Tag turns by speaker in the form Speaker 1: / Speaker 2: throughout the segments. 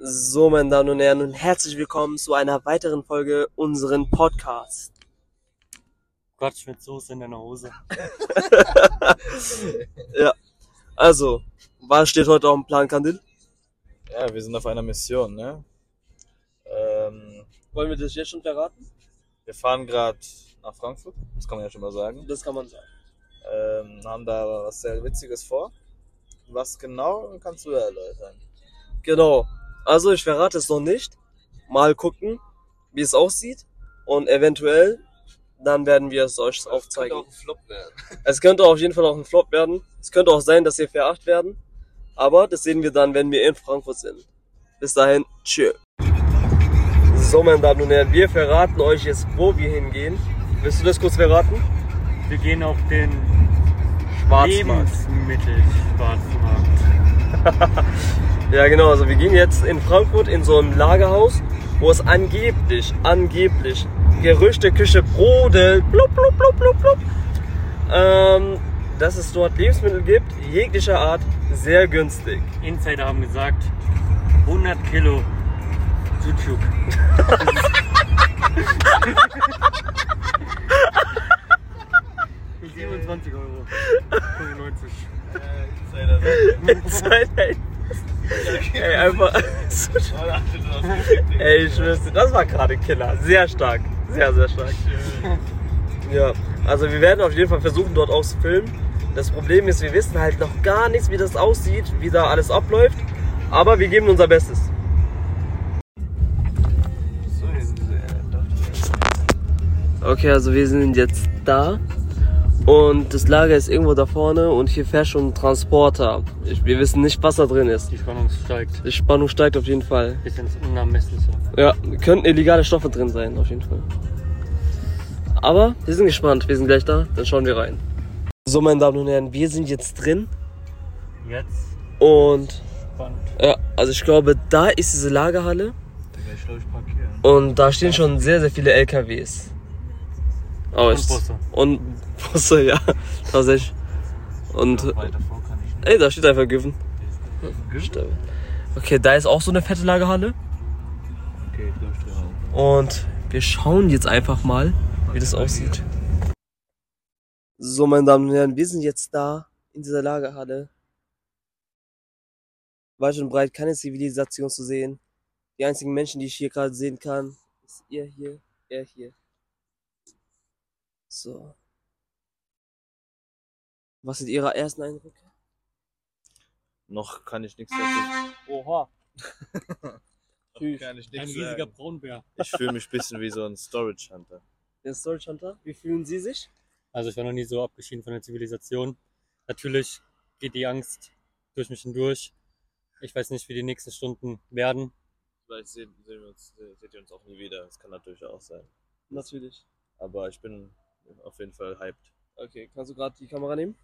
Speaker 1: So, meine Damen und Herren, und herzlich willkommen zu einer weiteren Folge unseren Podcasts.
Speaker 2: Quatsch mit Soße in deiner Hose.
Speaker 1: Also, was steht heute auf dem Plan, Kandil?
Speaker 3: Ja, wir sind auf einer Mission, ne? Ähm,
Speaker 1: Wollen wir das jetzt schon verraten?
Speaker 3: wir fahren gerade nach Frankfurt, das kann man ja schon mal sagen.
Speaker 1: Das kann man sagen.
Speaker 3: Ähm, haben da was sehr Witziges vor. Was genau kannst du ja erläutern?
Speaker 1: Genau. Also, ich verrate es noch nicht. Mal gucken, wie es aussieht. Und eventuell, dann werden wir es euch aufzeigen.
Speaker 4: Könnte auch ein Flop werden.
Speaker 1: Es könnte auf jeden Fall auch ein Flop werden. Es könnte auch sein, dass wir verachtet werden. Aber das sehen wir dann, wenn wir in Frankfurt sind. Bis dahin, tschö. So, meine Damen und Herren, wir verraten euch jetzt, wo wir hingehen. Willst du das kurz verraten?
Speaker 2: Wir gehen auf den Lebensmittelschwarzmarkt.
Speaker 1: Ja, genau. Also wir gehen jetzt in Frankfurt in so ein Lagerhaus, wo es angeblich, angeblich Gerüchteküche brodelt. Blub, blub, blub, blub, blub. Ähm, dass es dort Lebensmittel gibt, jeglicher Art, sehr günstig.
Speaker 2: Insider haben gesagt, 100 Kilo Sucuk. Für 27 Euro. 95.
Speaker 1: Zeit, ey. ey, einfach. ey, ich wüsste, das war gerade Killer. Sehr stark. Sehr, sehr stark. Ja, also wir werden auf jeden Fall versuchen, dort auch zu filmen. Das Problem ist, wir wissen halt noch gar nichts, wie das aussieht, wie da alles abläuft. Aber wir geben unser Bestes. Okay, also wir sind jetzt da. Und das Lager ist irgendwo da vorne und hier fährt schon ein Transporter. Ich, wir wissen nicht, was da drin ist.
Speaker 2: Die Spannung steigt.
Speaker 1: Die Spannung steigt auf jeden Fall.
Speaker 2: Bis ins Unermessliche.
Speaker 1: Ja, könnten illegale Stoffe drin sein, auf jeden Fall. Aber wir sind gespannt, wir sind gleich da, dann schauen wir rein. So, meine Damen und Herren, wir sind jetzt drin
Speaker 2: Jetzt
Speaker 1: und
Speaker 2: spannend.
Speaker 1: ja, also ich glaube, da ist diese Lagerhalle
Speaker 4: Ich glaube, ich parkieren.
Speaker 1: und da stehen schon sehr, sehr viele LKWs. Oh,
Speaker 2: Und
Speaker 1: ich-
Speaker 2: Busse.
Speaker 1: Und Busse, ja, tatsächlich. Und
Speaker 4: Weiter vor kann ich
Speaker 1: ey, da steht einfach Güven.
Speaker 4: nicht.
Speaker 1: Stimmt. Okay, da ist auch so eine fette Lagerhalle.
Speaker 4: Okay, ich glaube, ich drehe auf.
Speaker 1: Und wir schauen jetzt einfach mal, wie das aussieht. So, meine Damen und Herren, wir sind jetzt da in dieser Lagerhalle. Weit und breit keine Zivilisation zu sehen. Die einzigen Menschen, die ich hier gerade sehen kann, ist ihr hier, er hier. So. Was sind Ihre ersten Eindrücke?
Speaker 3: Noch kann ich nichts dazu.
Speaker 1: Oha. Tschüss.
Speaker 3: Kann ich
Speaker 2: Ein
Speaker 3: nichts
Speaker 2: riesiger
Speaker 3: sagen.
Speaker 2: Braunbär.
Speaker 3: Ich fühle mich ein bisschen wie so ein Storage Hunter.
Speaker 1: Der Storage Hunter, wie fühlen Sie sich?
Speaker 2: Also ich war noch nie so abgeschieden von der Zivilisation. Natürlich geht die Angst durch mich hindurch. Ich weiß nicht, wie die nächsten Stunden werden.
Speaker 3: Vielleicht sehen, sehen wir uns, seht ihr uns auch nie wieder. Das kann natürlich auch sein.
Speaker 1: Natürlich.
Speaker 3: Aber ich bin auf jeden Fall hyped.
Speaker 1: Okay, kannst du gerade die Kamera nehmen?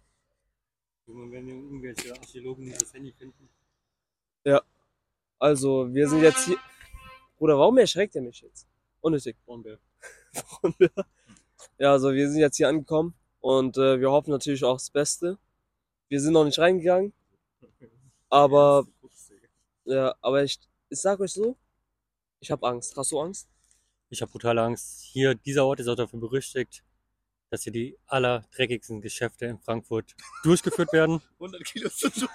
Speaker 2: Junge, wenn irgendwelche Archäologen dieses Handy finden.
Speaker 1: Also, wir sind jetzt hier. Bruder, warum erschreckt er mich jetzt? Unnötig.
Speaker 2: Braunbär.
Speaker 1: ja, also wir sind jetzt hier angekommen und äh, wir hoffen natürlich auch das Beste. Wir sind noch nicht reingegangen, aber ja, aber ich, ich sag euch so, ich habe Angst. Hast du Angst?
Speaker 2: Ich habe brutale Angst. Hier, dieser Ort ist auch dafür berüchtigt, dass hier die allerdreckigsten Geschäfte in Frankfurt durchgeführt werden.
Speaker 4: 100 Kilo Sucuk.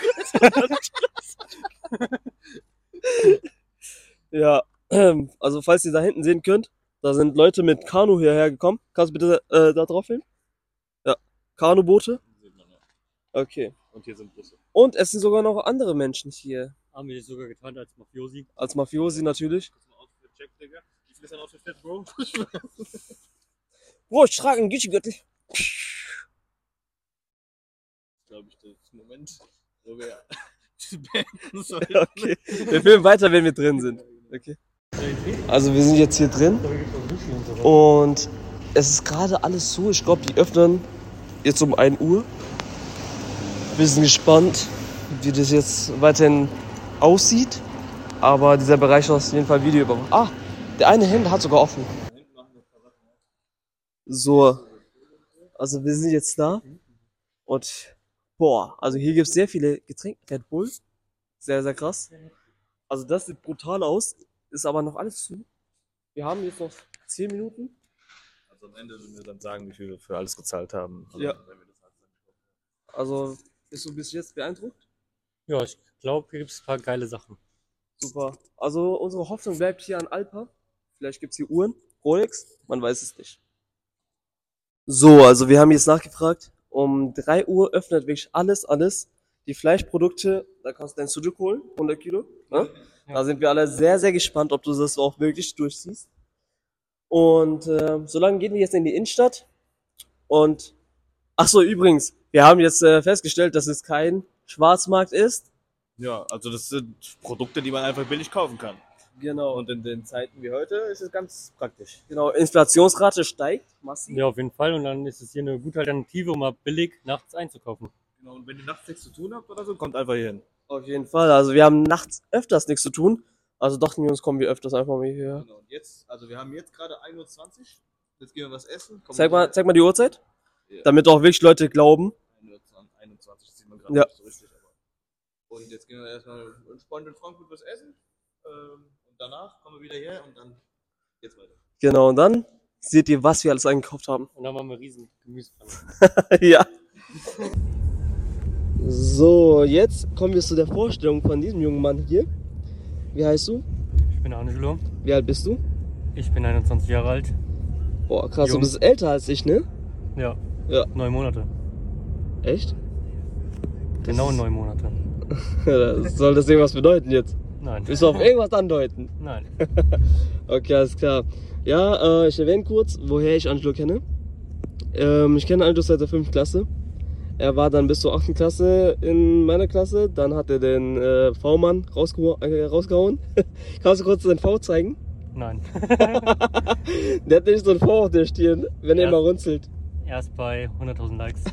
Speaker 1: Ja. Also falls ihr da hinten sehen könnt, da sind Leute mit Kanu hierher gekommen. Kannst du bitte äh, da drauf filmen? Ja. Kanuboote.
Speaker 3: Sieht man ja.
Speaker 1: Okay.
Speaker 3: Und hier sind Busse.
Speaker 1: Und es sind sogar noch andere Menschen hier.
Speaker 2: Haben wir das sogar getan als Mafiosi.
Speaker 1: Als Mafiosi natürlich.
Speaker 3: Kurz mal ausgecheckt, Digga. Wie viel ist dein Outfit fett, Bro?
Speaker 1: Bro, ich trage einen Gucci-Gürtel.
Speaker 3: glaube ich, das ist ein Moment, wo wir beenden sollten.
Speaker 1: Okay. Wir filmen weiter, wenn wir drin sind. Okay. Also wir sind jetzt hier drin und es ist gerade alles zu. Ich glaube, die öffnen jetzt um 1 Uhr. Wir sind gespannt, wie das jetzt weiterhin aussieht. Aber dieser Bereich ist auf jeden Fall Video überwacht. Ah, der eine Hände hat sogar offen. So. Also wir sind jetzt da. Und boah, also hier gibt es sehr viele Getränke. Red Bull. Sehr, sehr krass. Also das sieht brutal aus, ist aber noch alles zu. Wir haben jetzt noch 10 Minuten.
Speaker 5: Also am Ende würden wir dann sagen, wie viel wir für alles gezahlt haben.
Speaker 1: Ja.
Speaker 5: halt
Speaker 1: Also bist du bis jetzt beeindruckt?
Speaker 2: Ja, ich glaube, hier gibt es ein paar geile Sachen.
Speaker 1: Super. Also unsere Hoffnung bleibt hier an Alpa. Vielleicht gibt es hier Uhren, Rolex, man weiß es nicht. So, also wir haben jetzt nachgefragt. Um 3 Uhr öffnet wirklich alles, alles. Die Fleischprodukte, da kannst du dein Sujuk holen, 100 Kilo. Ne? Da sind wir alle sehr, sehr gespannt, ob du das auch wirklich durchziehst. Und äh, solange gehen wir jetzt in die Innenstadt. Und ach so, übrigens, wir haben jetzt äh, festgestellt, dass es kein Schwarzmarkt ist,
Speaker 5: ja, also das sind Produkte, die man einfach billig kaufen kann.
Speaker 1: Genau.
Speaker 5: Und in den Zeiten wie heute ist es ganz praktisch.
Speaker 1: Genau, Inflationsrate steigt massiv.
Speaker 2: Ja, auf jeden Fall. Und dann ist es hier eine gute Alternative, um mal billig nachts einzukaufen.
Speaker 5: Genau, und wenn ihr nachts nichts zu tun habt oder so, kommt einfach hier hin.
Speaker 1: Auf jeden Fall. Also wir haben nachts öfters nichts zu tun. Also dachten wir uns, kommen wir öfters einfach mal hierher.
Speaker 5: Genau, und jetzt, also wir haben jetzt gerade 1.20 Uhr, jetzt gehen wir was essen. kommen
Speaker 1: Zeig mal,
Speaker 5: wieder-
Speaker 1: zeig mal die Uhrzeit,
Speaker 5: Ja.
Speaker 1: damit auch wirklich Leute glauben.
Speaker 5: 21 sieht man gerade
Speaker 1: Ja.
Speaker 5: nicht so richtig. Aber. Und jetzt gehen wir erstmal entspannt in Frankfurt was essen. Ähm, und danach kommen wir wieder her und dann geht's weiter.
Speaker 1: Genau, und dann seht ihr, was wir alles eingekauft haben.
Speaker 2: Und dann machen wir riesen Gemüsepfanne.
Speaker 1: ja. So, jetzt kommen wir zu der Vorstellung von diesem jungen Mann hier. Wie heißt du?
Speaker 2: Ich bin Angelo.
Speaker 1: Wie alt bist du?
Speaker 2: Ich bin 21 Jahre alt.
Speaker 1: Boah, krass,
Speaker 2: Jung.
Speaker 1: du bist älter als ich, ne?
Speaker 2: Ja.
Speaker 1: Ja.
Speaker 2: Neun Monate.
Speaker 1: Echt?
Speaker 2: Genau neun Monate.
Speaker 1: Das soll das irgendwas bedeuten jetzt?
Speaker 2: Nein.
Speaker 1: Willst du auf irgendwas andeuten?
Speaker 2: Nein.
Speaker 1: Okay, alles klar. Ja, äh, ich erwähne kurz, woher ich Angelo kenne. Ähm, ich kenne Angelo seit der 5. Klasse. Er war dann bis zur 8. Klasse in meiner Klasse. Dann hat er den äh, V-Mann rausgeho- äh, rausgehauen. Kannst du kurz den V zeigen?
Speaker 2: Nein.
Speaker 1: Der hat nämlich so einen V auf der Stirn, wenn er
Speaker 2: Ja.
Speaker 1: immer runzelt.
Speaker 2: Erst bei 100.000 Likes.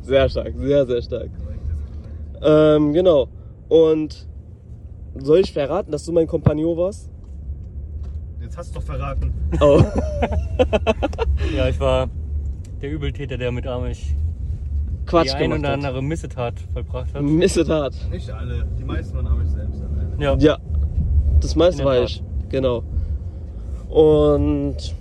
Speaker 1: Sehr stark, sehr, sehr stark. Ähm, genau. Und soll ich verraten, dass du mein Kompagnon warst?
Speaker 5: Jetzt hast du doch verraten.
Speaker 1: Oh.
Speaker 2: Ja, ich war der Übeltäter, der mit Amish
Speaker 1: Quatsch
Speaker 2: die ein
Speaker 1: gemacht
Speaker 2: oder
Speaker 1: hat.
Speaker 2: andere Missetat vollbracht hat.
Speaker 1: Missetat.
Speaker 5: Nicht alle. Die meisten waren aber ich selbst alleine.
Speaker 2: Ja.
Speaker 1: Ja, das meiste
Speaker 2: In
Speaker 1: war
Speaker 2: der Tat.
Speaker 1: ich, genau. Und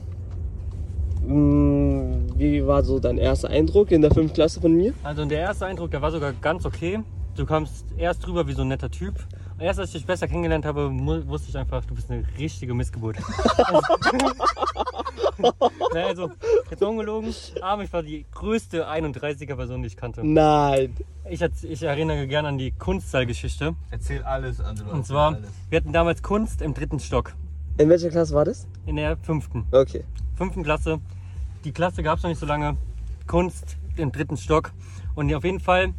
Speaker 1: mh, wie war so dein erster Eindruck in der fünften Klasse von mir?
Speaker 2: Also der erste Eindruck, der war sogar ganz okay. Du kamst erst drüber wie so ein netter Typ. Und erst als ich dich besser kennengelernt habe, mu- wusste ich einfach, du bist eine richtige Missgeburt. naja, also, jetzt ungelogen, aber ich war die größte 31er Person, die ich kannte.
Speaker 1: Nein.
Speaker 2: Ich, erz- ich erinnere gerne an die Kunstsaal-Geschichte.
Speaker 5: Erzähl alles, Angelo.
Speaker 2: Und zwar, wir hatten damals Kunst im dritten Stock,
Speaker 1: In welcher Klasse war das?
Speaker 2: in der fünften.
Speaker 1: Okay.
Speaker 2: fünften Klasse. Die Klasse gab es noch nicht so lange. Kunst im dritten Stock. Und auf jeden Fall,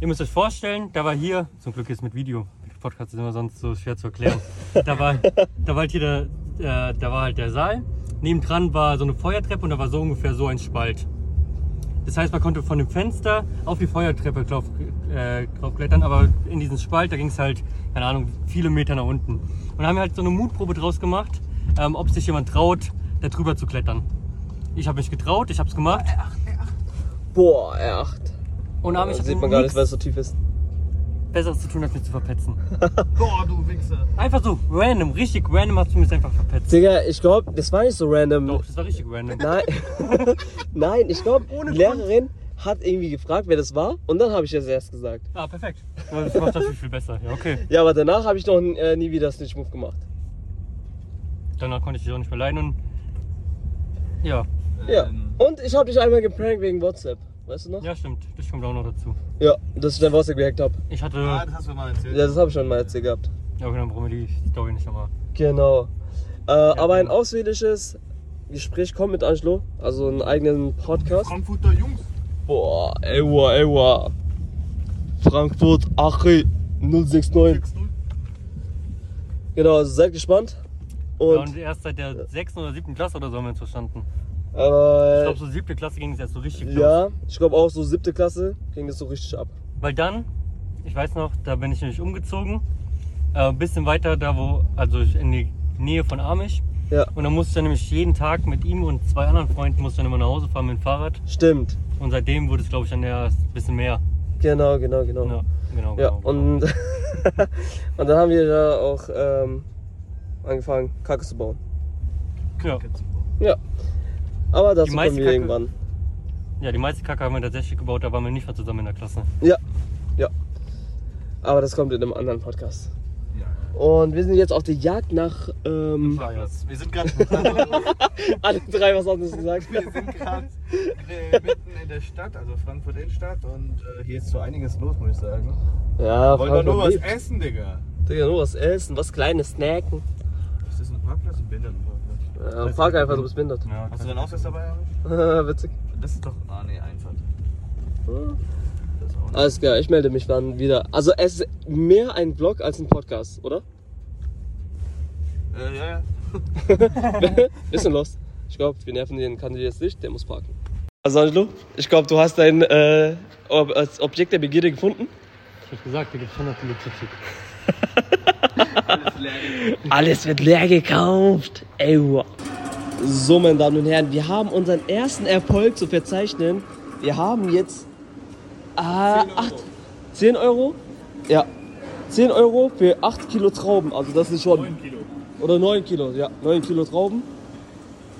Speaker 2: ihr müsst euch vorstellen, da war hier, zum Glück jetzt mit Video, mit Podcast ist immer sonst so schwer zu erklären. Da war, da war halt hier der, äh, da war halt der Saal. Nebendran war so eine Feuertreppe und da war so ungefähr so ein Spalt. Das heißt, man konnte von dem Fenster auf die Feuertreppe drauf, äh, draufklettern, aber in diesen Spalt, da ging es halt, keine Ahnung, viele Meter nach unten. Und da haben wir halt so eine Mutprobe draus gemacht, ähm, ob sich jemand traut, da drüber zu klettern. Ich habe mich getraut, ich habe es gemacht.
Speaker 1: Boah, R8.
Speaker 2: Und habe
Speaker 1: Da
Speaker 2: ich halt
Speaker 1: sieht man gar nicht,
Speaker 2: nichts
Speaker 1: weil es so tief ist.
Speaker 2: Besseres zu tun, als mich zu verpetzen.
Speaker 5: Boah, du Wichser.
Speaker 2: Einfach so random, richtig random hast du mich einfach verpetzt.
Speaker 1: Digga, ich glaube, das war nicht so random.
Speaker 2: Doch, das war richtig random.
Speaker 1: Nein. Nein, ich glaube, die Lehrerin hat irgendwie gefragt, wer das war. Und dann habe ich das erst gesagt.
Speaker 2: Ah, perfekt. Das macht das viel, viel besser. Ja, okay.
Speaker 1: Ja, aber danach habe ich noch äh, nie wieder Snitch Move gemacht.
Speaker 2: Danach konnte ich dich auch nicht mehr leiden und. Ja,
Speaker 1: Ja.
Speaker 5: Ähm.
Speaker 2: Äh,
Speaker 1: Und ich habe dich einmal geprankt wegen WhatsApp. Weißt du noch?
Speaker 2: ja, stimmt. Das kommt auch noch dazu.
Speaker 1: Ja, dass ich dein WhatsApp gehackt habe.
Speaker 2: Ich hatte.
Speaker 5: Ah, das hast du mir mal erzählt.
Speaker 1: Ja, das habe ich schon mal erzählt gehabt.
Speaker 2: Ja, okay, dann brauchen wir die Story nicht nochmal.
Speaker 1: Genau. Äh, aber ein
Speaker 2: genau.
Speaker 1: ausführliches Gespräch kommt mit Angelo, also einen eigenen Podcast.
Speaker 4: Frankfurter Jungs.
Speaker 1: Boah, ewa, ewa. Frankfurt, Ache, 069.
Speaker 4: 6-0.
Speaker 1: Genau, also seid gespannt. Und,
Speaker 2: Und, ja, und erst seit der sechsten oder siebten Klasse oder so haben wir uns verstanden. Ich
Speaker 1: äh,
Speaker 2: glaube, so siebte Klasse ging es erst so richtig los.
Speaker 1: ja, ich glaube auch so siebte Klasse ging das so richtig ab.
Speaker 2: Weil dann, ich weiß noch, da bin ich nämlich umgezogen. Äh, Ein bisschen weiter da, wo, also in die Nähe von Amisch.
Speaker 1: Ja.
Speaker 2: Und dann musste ich dann nämlich jeden Tag mit ihm und zwei anderen Freunden musste ich dann immer nach Hause fahren mit dem Fahrrad.
Speaker 1: Stimmt.
Speaker 2: Und seitdem wurde es, glaube ich, dann erst ein bisschen mehr.
Speaker 1: Genau, genau, genau.
Speaker 2: Ja, genau.
Speaker 1: Ja,
Speaker 2: genau,
Speaker 1: und, und dann haben wir da auch ähm, angefangen, Kacke zu bauen.
Speaker 2: genau. ja.
Speaker 1: Aber dazu
Speaker 2: Die
Speaker 1: kommen
Speaker 2: meiste
Speaker 1: wir
Speaker 2: Kacke-
Speaker 1: irgendwann.
Speaker 2: ja, die meiste Kacke haben wir tatsächlich gebaut, da waren wir nicht mal zusammen in der Klasse.
Speaker 1: Aber das kommt in einem anderen Podcast.
Speaker 4: Ja.
Speaker 1: Und wir sind jetzt auf der Jagd nach ähm,
Speaker 2: Flyers.
Speaker 4: Wir sind gerade wir
Speaker 1: alle drei was anderes gesagt.
Speaker 4: sind gerade äh, mitten in der Stadt, also Frankfurt Innenstadt und äh, hier ist so einiges los, muss ich sagen.
Speaker 1: Ja,
Speaker 4: Wollen wir
Speaker 1: Frankfurt
Speaker 4: nur was
Speaker 1: lebt.
Speaker 4: essen, Digga?
Speaker 1: Digga, nur was essen, was kleines snacken.
Speaker 4: Ist das ein Parkplatz in Berlin?
Speaker 1: Ja, frag einfach, du bist behindert.
Speaker 2: Ja,
Speaker 4: Hast du deinen Ausweis dabei? Hamish?
Speaker 1: Witzig.
Speaker 4: Das ist doch. Ah, nee, Einfahrt.
Speaker 1: Hm.
Speaker 4: Das ist auch nicht.
Speaker 1: Alles klar, ich melde mich dann wieder. Also es ist mehr ein Vlog als ein Podcast, oder?
Speaker 4: Äh, ja, ja.
Speaker 1: Bisschen lost. Ich glaube, wir nerven den Kandidaten jetzt nicht, der muss parken. Also Angelo, ich glaube, du hast dein äh, Ob als Objekt der Begierde gefunden.
Speaker 2: ich hab gesagt, hier gibt's schon noch viele Kritik.
Speaker 1: Alles wird leer gekauft. Ey, wow. So, meine Damen und Herren, wir haben unseren ersten Erfolg zu verzeichnen. Wir haben jetzt äh, 10, Euro. 10 Euro. Ja. 10 Euro für 8 Kilo Trauben. Also das ist schon. 9 Kilo. Oder 9 Kilo, ja. 9 Kilo Trauben.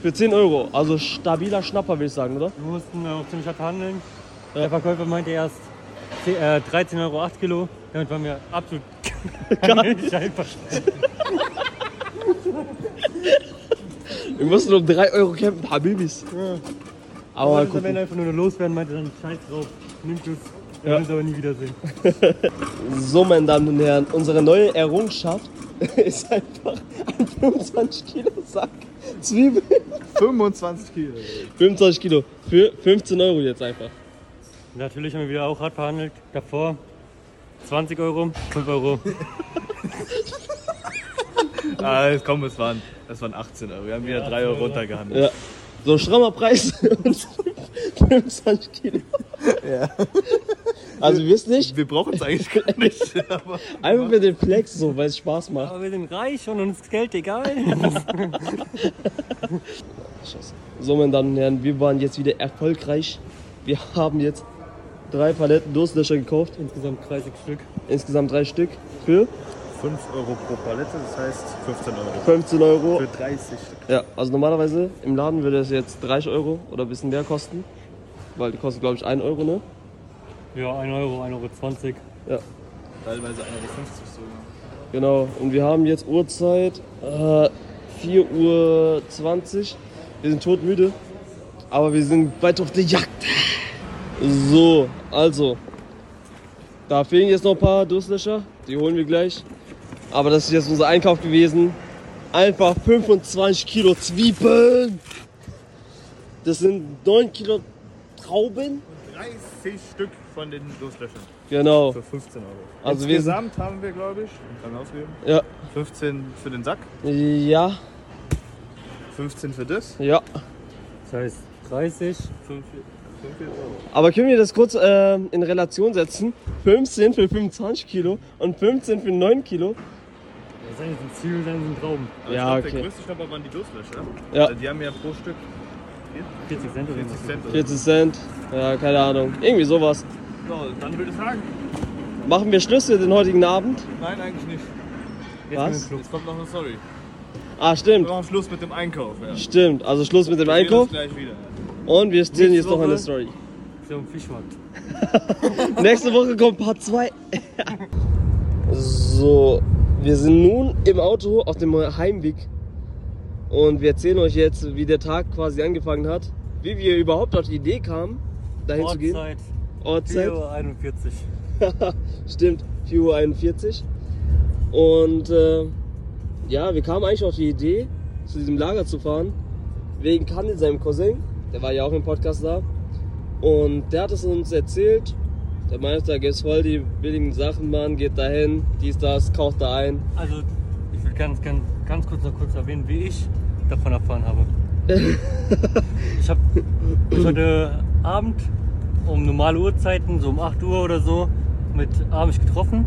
Speaker 1: Für 10 Euro. Also stabiler Schnapper, würde ich sagen, oder?
Speaker 2: Wir mussten auch ziemlich hart verhandeln. Der Verkäufer meinte erst ze- äh, 13 Euro 8 Kilo. Damit waren wir absolut gar nicht einverstanden.
Speaker 1: Wir mussten um 3 Euro kämpfen, Habibis.
Speaker 2: Wir
Speaker 1: Aber
Speaker 2: wollten am
Speaker 1: guck,
Speaker 2: Ende einfach nur loswerden, meinte dann Scheiß drauf, nimmt es. Wir
Speaker 1: Ja.
Speaker 2: wollen es aber nie wiedersehen.
Speaker 1: So, meine Damen und Herren, unsere neue Errungenschaft ist einfach ein 25 Kilo Sack Zwiebeln.
Speaker 4: 25 Kilo.
Speaker 1: 25 Kilo für 15 Euro jetzt einfach.
Speaker 2: Natürlich haben wir wieder auch hart verhandelt. Davor 20 Euro, 5 Euro.
Speaker 4: Ah, komm, es waren, es waren 18 Euro. Wir haben wieder 3 Euro runtergehandelt.
Speaker 1: Ja. So ein strammer Preis und 25 Kilo. Also, wir wissen nicht,
Speaker 4: Wir brauchen es eigentlich gar nicht. Aber
Speaker 1: einfach mit dem Flex so, weil es Spaß macht.
Speaker 2: Aber wir sind reich und uns ist Geld egal.
Speaker 1: Scheiße. So, meine Damen und Herren, wir waren jetzt wieder erfolgreich. Wir haben jetzt drei Paletten Durstlöscher gekauft,
Speaker 2: Insgesamt 30 Stück.
Speaker 1: insgesamt drei Stück für
Speaker 4: 5 Euro pro Palette, das heißt 15 Euro.
Speaker 1: 15 Euro.
Speaker 4: Für 30 Stück.
Speaker 1: Ja, also normalerweise im Laden würde es jetzt 30 Euro oder ein bisschen mehr kosten. Weil die kosten, glaube ich, 1 Euro, ne?
Speaker 2: Ja, 1 Euro, 1,20 Euro. 20.
Speaker 4: Teilweise 1,50 Euro sogar.
Speaker 1: Genau. Und wir haben jetzt Uhrzeit äh, 4.20 Uhr. Wir sind todmüde, aber wir sind weit auf der Jagd. So, also. Da fehlen jetzt noch ein paar Durstlöcher. Die holen wir gleich. Aber das ist jetzt unser Einkauf gewesen. Einfach 25 Kilo Zwiebeln. Das sind 9 Kilo Trauben.
Speaker 4: 30 Stück von den Durstlöchern
Speaker 1: Genau.
Speaker 4: für 15 Euro.
Speaker 1: Also wir sind,
Speaker 4: Insgesamt haben wir, glaube ich, ich kann ausgeben,
Speaker 1: ja,
Speaker 4: 15 für den Sack,
Speaker 1: ja,
Speaker 4: 15 für das.
Speaker 1: ja.
Speaker 2: Das heißt 30.
Speaker 4: 15 Euro.
Speaker 1: Aber können wir das kurz ähm, in Relation setzen? 15 für 25 Kilo und 15 für 9 Kilo.
Speaker 2: Das eine sind Zwiebeln, das andere sind Trauben.
Speaker 4: Aber
Speaker 1: Ja,
Speaker 4: ich glaube,
Speaker 1: okay.
Speaker 4: der größte Schnapper waren die Durstlöcher.
Speaker 1: Ja.
Speaker 4: Also die haben ja pro Stück
Speaker 2: 40 Cent oder
Speaker 4: 40
Speaker 2: so.
Speaker 4: Cent. Oder?
Speaker 1: 40 Cent, ja, keine Ahnung. Irgendwie sowas.
Speaker 4: So, dann würde ich sagen.
Speaker 1: Machen wir Schluss für den heutigen Abend?
Speaker 4: Nein, eigentlich nicht.
Speaker 1: Was?
Speaker 4: Jetzt kommt noch eine Story.
Speaker 1: Ah,
Speaker 4: Wir
Speaker 1: stimmt.
Speaker 4: machen Schluss mit dem Einkauf. Ja.
Speaker 1: Stimmt. Also Schluss mit dem
Speaker 4: Wir sehen uns
Speaker 1: Einkauf
Speaker 4: gleich wieder.
Speaker 1: und wir erzählen jetzt
Speaker 2: Nächste
Speaker 1: noch eine
Speaker 2: Woche.
Speaker 1: Story.
Speaker 2: So ein Fischmarkt.
Speaker 1: Nächste Woche kommt Part 2. so, wir sind nun im Auto auf dem Heimweg. Und wir erzählen euch jetzt, wie der Tag quasi angefangen hat. Wie wir überhaupt auf die Idee kamen, dahin zu gehen. Ortszeit.
Speaker 2: Ortszeit 4.41 Uhr.
Speaker 1: Stimmt, 4.41 Uhr. Und äh, ja, wir kamen eigentlich auf die Idee, zu diesem Lager zu fahren, wegen Kandel, seinem Cousin. Der war ja auch im Podcast da. Und der hat es uns erzählt. Der meinte, da gibt's voll die billigen Sachen, Mann. Geht dahin, dies, das, kauft da ein.
Speaker 2: Also, ich will ganz, ganz, ganz kurz noch kurz erwähnen, wie ich davon erfahren habe. ich habe bis heute Abend um normale Uhrzeiten, so um 8 Uhr oder so, mit Amish getroffen.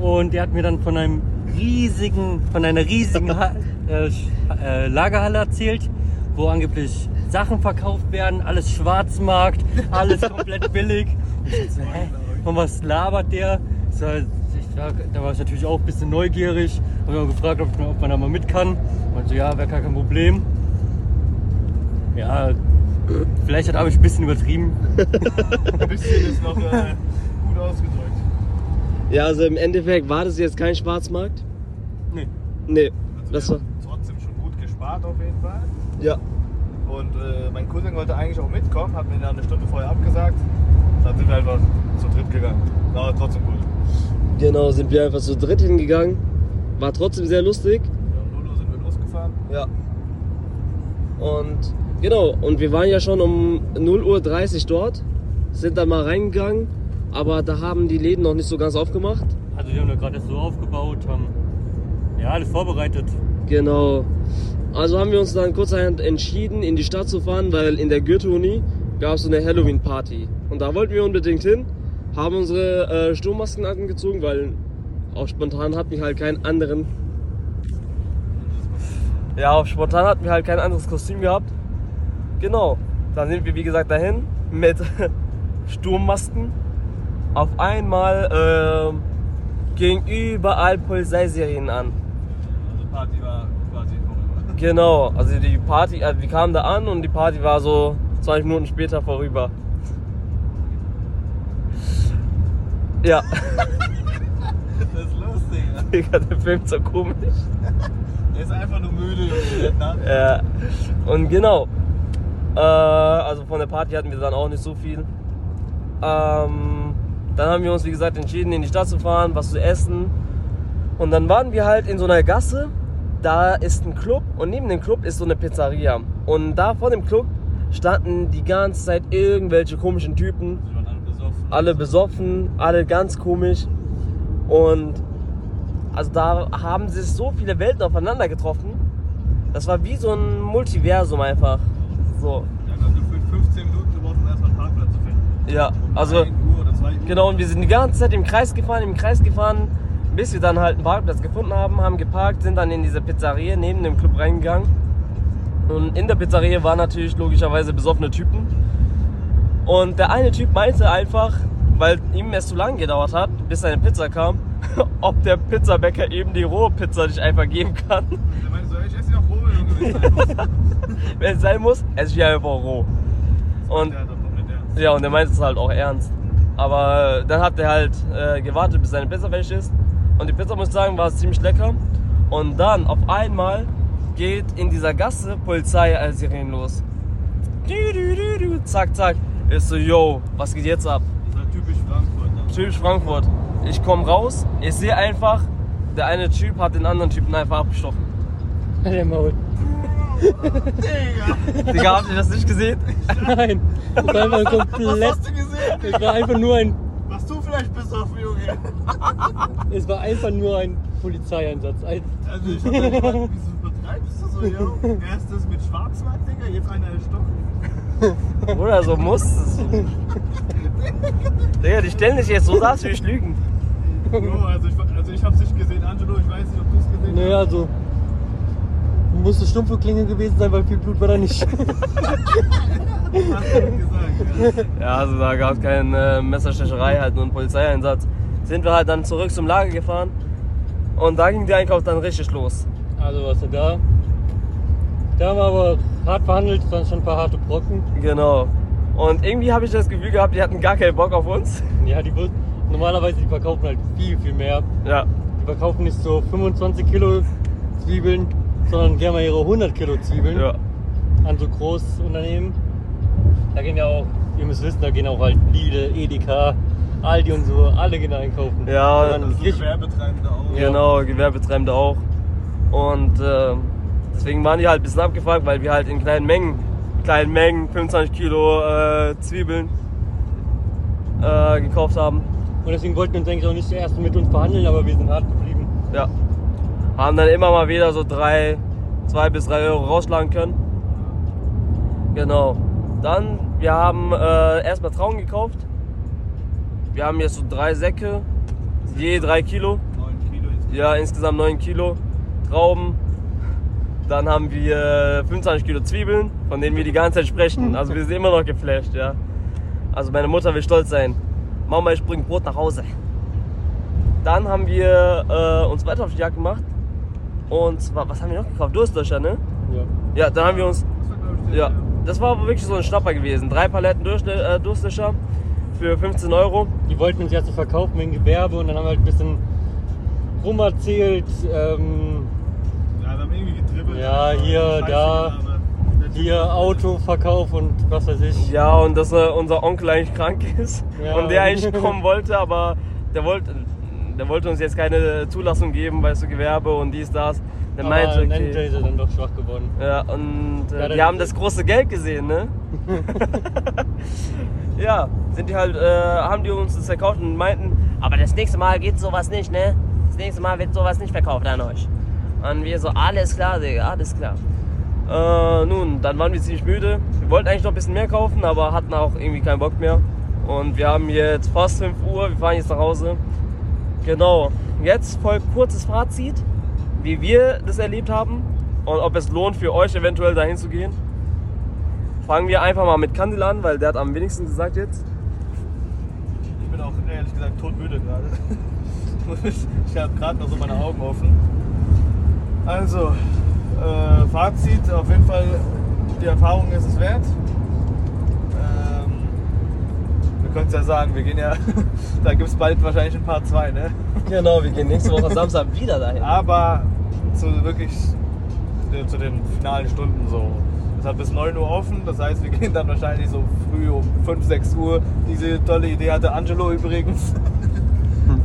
Speaker 2: Und er hat mir dann von einem riesigen, von einer riesigen ha äh, Sch- äh, Lagerhalle erzählt, wo angeblich Sachen verkauft werden, alles Schwarzmarkt, alles komplett billig. Ich so, hä? Von was labert der? So, ich war, da war ich natürlich auch ein bisschen neugierig. Hab ich auch gefragt, ob, ob man da mal mit kann. Meinte, ja, wäre gar kein Problem. Ja, vielleicht hat Abi ein bisschen übertrieben.
Speaker 4: Ein bisschen ist noch äh, gut ausgedrückt.
Speaker 1: Ja, also im Endeffekt war das jetzt kein Schwarzmarkt?
Speaker 2: Nee.
Speaker 1: Nee,
Speaker 4: Also
Speaker 1: das
Speaker 4: wir
Speaker 1: war.
Speaker 4: haben trotzdem schon gut gespart auf jeden Fall.
Speaker 1: Ja.
Speaker 4: Und äh, mein Cousin wollte eigentlich auch mitkommen, hat mir dann eine Stunde vorher abgesagt. Dann sind wir einfach zu dritt gegangen. War Aber trotzdem gut.
Speaker 1: Genau, sind wir einfach zu dritt hingegangen. War trotzdem sehr lustig.
Speaker 4: Ja, um 0 Uhr sind wir losgefahren.
Speaker 1: Ja. Und genau, und wir waren ja schon um 0.30 Uhr dort, sind dann mal reingegangen, aber da haben die Läden noch nicht so ganz aufgemacht.
Speaker 2: Also die haben da gerade erst so aufgebaut, haben ja alles vorbereitet.
Speaker 1: Genau. Also haben wir uns dann kurzerhand entschieden, in die Stadt zu fahren, weil in der Goethe-Uni gab es so eine Halloween-Party. Und da wollten wir unbedingt hin, haben unsere äh, Sturmmasken angezogen, weil auch spontan hatten wir halt keinen anderen. Ja, auf spontan hatten wir halt kein anderes Kostüm gehabt. Genau. Dann sind wir, wie gesagt, dahin mit Sturmmasken. Auf einmal äh, gingen überall Polizeiserien an.
Speaker 4: Also Party war quasi vorüber.
Speaker 1: Genau, also die Party, also wir kamen da an und die Party war so 20 Minuten später vorüber. Ja,
Speaker 4: Das ist lustig. ja.
Speaker 1: Digga, der Film ist so komisch.
Speaker 4: Der ist einfach nur müde, Junge. Der hat nach-
Speaker 1: Ja. Und genau, äh, also von der Party hatten wir dann auch nicht so viel. Ähm, dann haben wir uns, wie gesagt, entschieden, in die Stadt zu fahren, was zu essen. Und dann waren wir halt in so einer Gasse. Da ist ein Club und neben dem Club ist so eine Pizzeria. Und da vor dem Club standen die ganze Zeit irgendwelche komischen Typen.
Speaker 4: Die waren alle besoffen.
Speaker 1: alle besoffen, alle ganz komisch. Und also da haben sich so viele Welten aufeinander getroffen. Das war wie so ein Multiversum einfach. So,
Speaker 4: Die haben dann gefühlt 15 Minuten gebraucht, um erstmal einen Parkplatz zu finden.
Speaker 1: ja, also
Speaker 4: 1 Uhr oder 2 Uhr.
Speaker 1: genau, und wir sind die ganze Zeit im Kreis gefahren, im Kreis gefahren, bis wir dann halt einen Parkplatz gefunden haben, haben geparkt, sind dann in diese Pizzeria neben dem Club reingegangen. Und in der Pizzeria waren natürlich logischerweise besoffene Typen. Und der eine Typ meinte einfach, weil ihm es zu lang gedauert hat, bis seine Pizza kam, ob der Pizzabäcker eben die rohe Pizza nicht einfach geben kann.
Speaker 4: Der meinte so, ey, ich esse noch Probe, Junge.
Speaker 1: Wenn es sein muss, esse ich einfach roh. Und
Speaker 4: Der hat doch komplett ernst.
Speaker 1: Ja, und der meint es halt auch ernst. Aber äh, dann hat er halt äh, gewartet, bis seine Pizza fertig ist. Und die Pizza, muss ich sagen, war ziemlich lecker. Und dann auf einmal geht in dieser Gasse Polizei-Sirenen los. Du, du, du, du, zack, zack. Ich so, yo, was geht jetzt ab?
Speaker 4: Das war typisch Frankfurt. Ne?
Speaker 1: Typisch Frankfurt. Ich komme raus, ich sehe einfach, der eine Typ hat den anderen Typen einfach abgestochen.
Speaker 2: Der Maul.
Speaker 1: Digga, habt ihr das nicht gesehen?
Speaker 2: Nein, das war einfach komplett.
Speaker 4: Hast du gesehen?
Speaker 2: Es war einfach nur ein,
Speaker 4: Warst du vielleicht besoffen, Junge?
Speaker 2: es war einfach nur ein Polizeieinsatz. Ein-
Speaker 4: Also ich hab dann gefragt, wieso übertreibst du so, yo? Erst das mit Schwarzmarkt, Digga, jetzt einer erstochen.
Speaker 1: Oder so muss es. Digga, die stellen dich jetzt so da, wie ich lügen.
Speaker 4: Jo, also ich, also ich hab's nicht gesehen, Angelo, ich weiß nicht, ob du es gesehen
Speaker 2: Naja, also, so. Musste stumpfe Klinge gewesen sein, weil viel Blut war da nicht.
Speaker 4: hast. Hast du gesagt, ja.
Speaker 1: Ja, also da gab es keine äh, Messerstecherei, halt nur einen Polizeieinsatz. Sind wir halt dann zurück zum Lager gefahren und da ging der Einkauf dann richtig los.
Speaker 2: Also was denn da? Da haben wir aber hart verhandelt, es waren schon ein paar harte Brocken.
Speaker 1: Genau. Und irgendwie habe ich das Gefühl gehabt, die hatten gar keinen Bock auf uns.
Speaker 2: Ja, die wus- normalerweise die verkaufen halt viel, viel mehr.
Speaker 1: Ja,
Speaker 2: Die verkaufen nicht so 25 Kilo Zwiebeln, sondern gerne mal ihre 100 Kilo Zwiebeln
Speaker 1: ja.
Speaker 2: an so Großunternehmen. Da gehen ja auch, ihr müsst wissen, da gehen auch halt Lidl, Edeka, Aldi und so, alle gehen da einkaufen.
Speaker 1: Ja,
Speaker 2: Und dann
Speaker 1: das
Speaker 4: Also
Speaker 2: richtig-
Speaker 4: Gewerbetreibende auch.
Speaker 2: Ja.
Speaker 1: Genau, Gewerbetreibende auch. Und äh, deswegen waren die halt ein bisschen abgefragt, weil wir halt in kleinen Mengen, kleinen Mengen, 25 Kilo äh, Zwiebeln äh, gekauft haben.
Speaker 2: Und deswegen wollten wir uns eigentlich auch nicht erst mit uns verhandeln, aber wir sind hart geblieben.
Speaker 1: Ja. Haben dann immer mal wieder so drei, zwei bis drei Euro rausschlagen können. Genau. Dann, wir haben äh, erstmal Trauben gekauft. Wir haben jetzt so drei Säcke, je drei Kilo.
Speaker 4: 9 Kilo jetzt.
Speaker 1: Ja, insgesamt 9 Kilo Trauben. Dann haben wir äh, 25 Kilo Zwiebeln, von denen wir die ganze Zeit sprechen. Also wir sind immer noch geflasht, ja. Also meine Mutter will stolz sein. Mama, ich bring Brot nach Hause. Dann haben wir äh, uns weiter auf die Jagd gemacht. Und zwar, was haben wir noch gekauft? Durstlöcher, ne?
Speaker 2: Ja.
Speaker 1: Ja, dann haben wir uns. Ja, das war aber wirklich so ein Schnapper gewesen. Drei Paletten Durstle äh, Durstlöcher für 15 Euro.
Speaker 2: Die wollten uns ja so verkaufen wegen Gewerbe und dann haben wir halt ein bisschen rumerzählt. Ähm,
Speaker 4: Ja, wir haben irgendwie getribbelt.
Speaker 2: Ja, hier, da. hier Autoverkauf und was weiß ich.
Speaker 1: Ja, und dass äh, unser Onkel eigentlich krank ist
Speaker 2: Ja.
Speaker 1: und der eigentlich kommen wollte, aber der wollte, der wollte uns jetzt keine Zulassung geben, weißt du, Gewerbe und dies, das. Der
Speaker 2: Aber
Speaker 1: meinte,
Speaker 2: dann
Speaker 1: okay.
Speaker 2: ist er dann doch schwach geworden.
Speaker 1: Ja, und
Speaker 2: Ja,
Speaker 1: äh, die
Speaker 2: dann-
Speaker 1: haben das große Geld gesehen, ne? ja, sind die halt, äh, haben die uns das verkauft und meinten, aber das nächste Mal geht sowas nicht, ne? Das nächste Mal wird sowas nicht verkauft an euch. Und wir so, alles klar, Digga, alles klar. Äh, nun, dann waren wir ziemlich müde. Wir wollten eigentlich noch ein bisschen mehr kaufen, aber hatten auch irgendwie keinen Bock mehr. Und wir haben jetzt fast 5 Uhr, wir fahren jetzt nach Hause. Genau, jetzt folgt kurzes Fazit, wie wir das erlebt haben und ob es lohnt für euch eventuell dahin zu gehen. Fangen wir einfach mal mit Kandel an, weil der hat am wenigsten gesagt jetzt.
Speaker 4: Ich bin auch ehrlich gesagt todmüde gerade. ich habe gerade noch so meine Augen offen. Also, äh, Fazit, auf jeden Fall, die Erfahrung ist es wert. Ähm, wir können es ja sagen, wir gehen ja, da gibt es bald wahrscheinlich ein paar zwei, ne?
Speaker 1: Genau, wir gehen nächste Woche Samstag wieder dahin.
Speaker 4: Aber zu wirklich äh, zu den finalen Stunden so. Es hat bis 9 Uhr offen, das heißt, wir gehen dann wahrscheinlich so früh um 5, 6 Uhr. Diese tolle Idee hatte Angelo übrigens.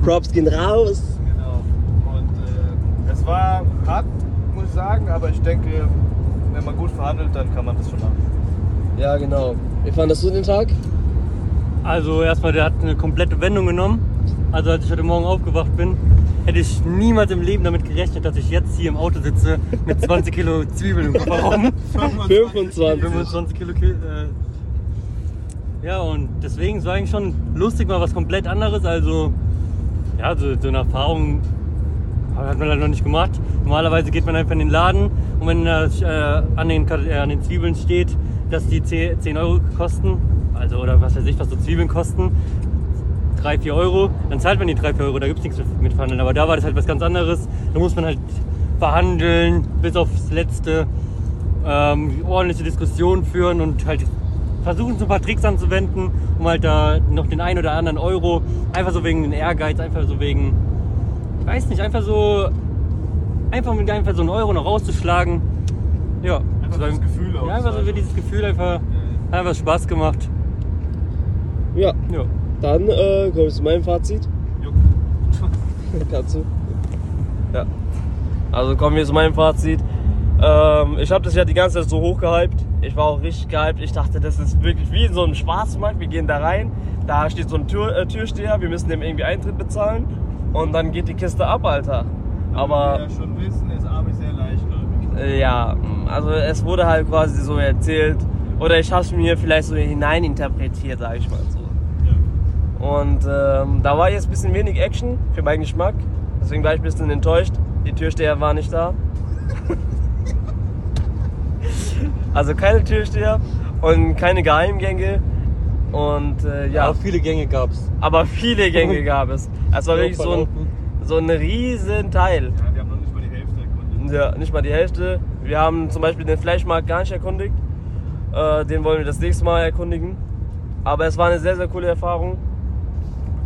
Speaker 1: Props gehen raus.
Speaker 4: Genau. Und äh, es war hart, muss ich sagen, aber ich denke, wenn man gut verhandelt, dann kann man das schon machen.
Speaker 1: Ja, genau. Wie fandest du den Tag?
Speaker 2: Also erstmal, der hat eine komplette Wendung genommen. Also als ich heute Morgen aufgewacht bin, hätte ich niemals im Leben damit gerechnet, dass ich jetzt hier im Auto sitze mit 20 Kilo Zwiebeln im Kofferraum.
Speaker 1: 25.
Speaker 2: 25 Kilo. Ki- Äh, ja, und deswegen ist eigentlich schon lustig, mal was komplett anderes. Also, ja, so, so eine Erfahrung hat man halt noch nicht gemacht. Normalerweise geht man einfach in den Laden und wenn da äh, an, den, Kat- äh, an den Zwiebeln steht, dass die 10, 10 Euro kosten, also oder was weiß ich, was so Zwiebeln kosten, 3, 4 Euro, dann zahlt man die 3, 4 Euro, da gibt es nichts mit- mit verhandeln. Aber da war das halt was ganz anderes. Da muss man halt verhandeln bis aufs Letzte, ähm, ordentliche Diskussionen führen und halt versuchen, so ein paar Tricks anzuwenden, um halt da noch den einen oder anderen Euro, einfach so wegen den Ehrgeiz, einfach so wegen, ich weiß nicht, einfach so, einfach mit einfach so einen Euro noch rauszuschlagen. Ja,
Speaker 4: Einfach
Speaker 2: so
Speaker 4: dieses Gefühl auch.
Speaker 2: Ja, einfach so wie dieses Gefühl, einfach, einfach Spaß gemacht.
Speaker 1: Ja,
Speaker 2: Ja.
Speaker 1: dann äh, komme ich zu meinem Fazit.
Speaker 4: Juck.
Speaker 1: Kannst du? Ja. Also kommen wir zu meinem Fazit. Ähm, ich habe das ja die ganze Zeit so hochgehypt. Ich war auch richtig gehypt. Ich dachte, das ist wirklich wie in so einem Schwarzmarkt. Wir gehen da rein, da steht so ein Tür, äh, Türsteher, wir müssen dem irgendwie Eintritt bezahlen und dann geht die Kiste ab, Alter. Aber
Speaker 4: Wie wir ja schon wissen, ist Ami sehr leichtgläubig.
Speaker 1: äh, ja, also es wurde halt quasi so erzählt oder ich habe es mir vielleicht so hineininterpretiert, sage ich mal so. Und ähm, da war jetzt ein bisschen wenig Action für meinen Geschmack, deswegen war ich ein bisschen enttäuscht. Die Türsteher waren nicht da. also keine Türsteher und keine Geheimgänge und äh, ja,
Speaker 2: Aber viele Gänge gab's.
Speaker 1: aber viele Gänge gab es. Es war wirklich so ein, so ein riesen Teil.
Speaker 4: Ja, wir haben noch nicht mal die Hälfte erkundet.
Speaker 1: Ja, nicht mal die Hälfte. Wir haben zum Beispiel den Fleischmarkt gar nicht erkundigt. Äh, den wollen wir das nächste Mal erkundigen. Aber es war eine sehr, sehr coole Erfahrung.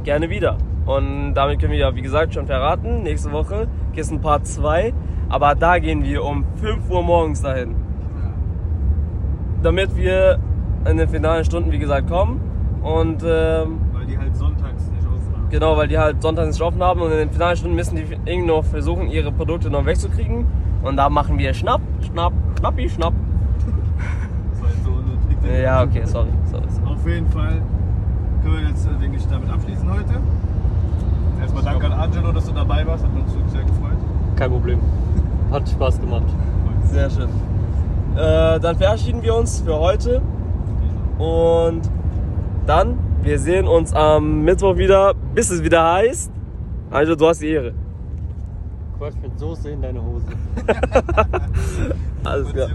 Speaker 1: Gerne wieder. Und damit können wir ja, wie gesagt, schon verraten. Nächste Woche gibt es ein Part 2. Aber da gehen wir um 5 Uhr morgens dahin. Damit wir in den finalen Stunden, wie gesagt, kommen. Und ähm,
Speaker 4: Weil die halt sonntags nicht aufmachen.
Speaker 1: Genau, weil die halt sonntags nicht offen haben und in den Finalstunden müssen die irgendwie noch versuchen, ihre Produkte noch wegzukriegen. Und da machen wir Schnapp, Schnapp, Schnappi, Schnapp.
Speaker 4: Das war jetzt so eine dicke-
Speaker 1: Ja, okay, sorry, sorry. sorry.
Speaker 4: Auf jeden Fall können wir jetzt, äh, denke ich, damit abschließen heute. Erstmal danke an Angelo, dass du dabei warst. Hat uns sehr gefreut.
Speaker 2: Kein Problem. Hat Spaß gemacht.
Speaker 1: Sehr schön. Äh, dann verabschieden wir uns für heute und dann, wir sehen uns am Mittwoch wieder, bis es wieder heißt. Also, du hast die Ehre.
Speaker 2: Quatsch mit Soße in deine Hose.
Speaker 1: Alles klar.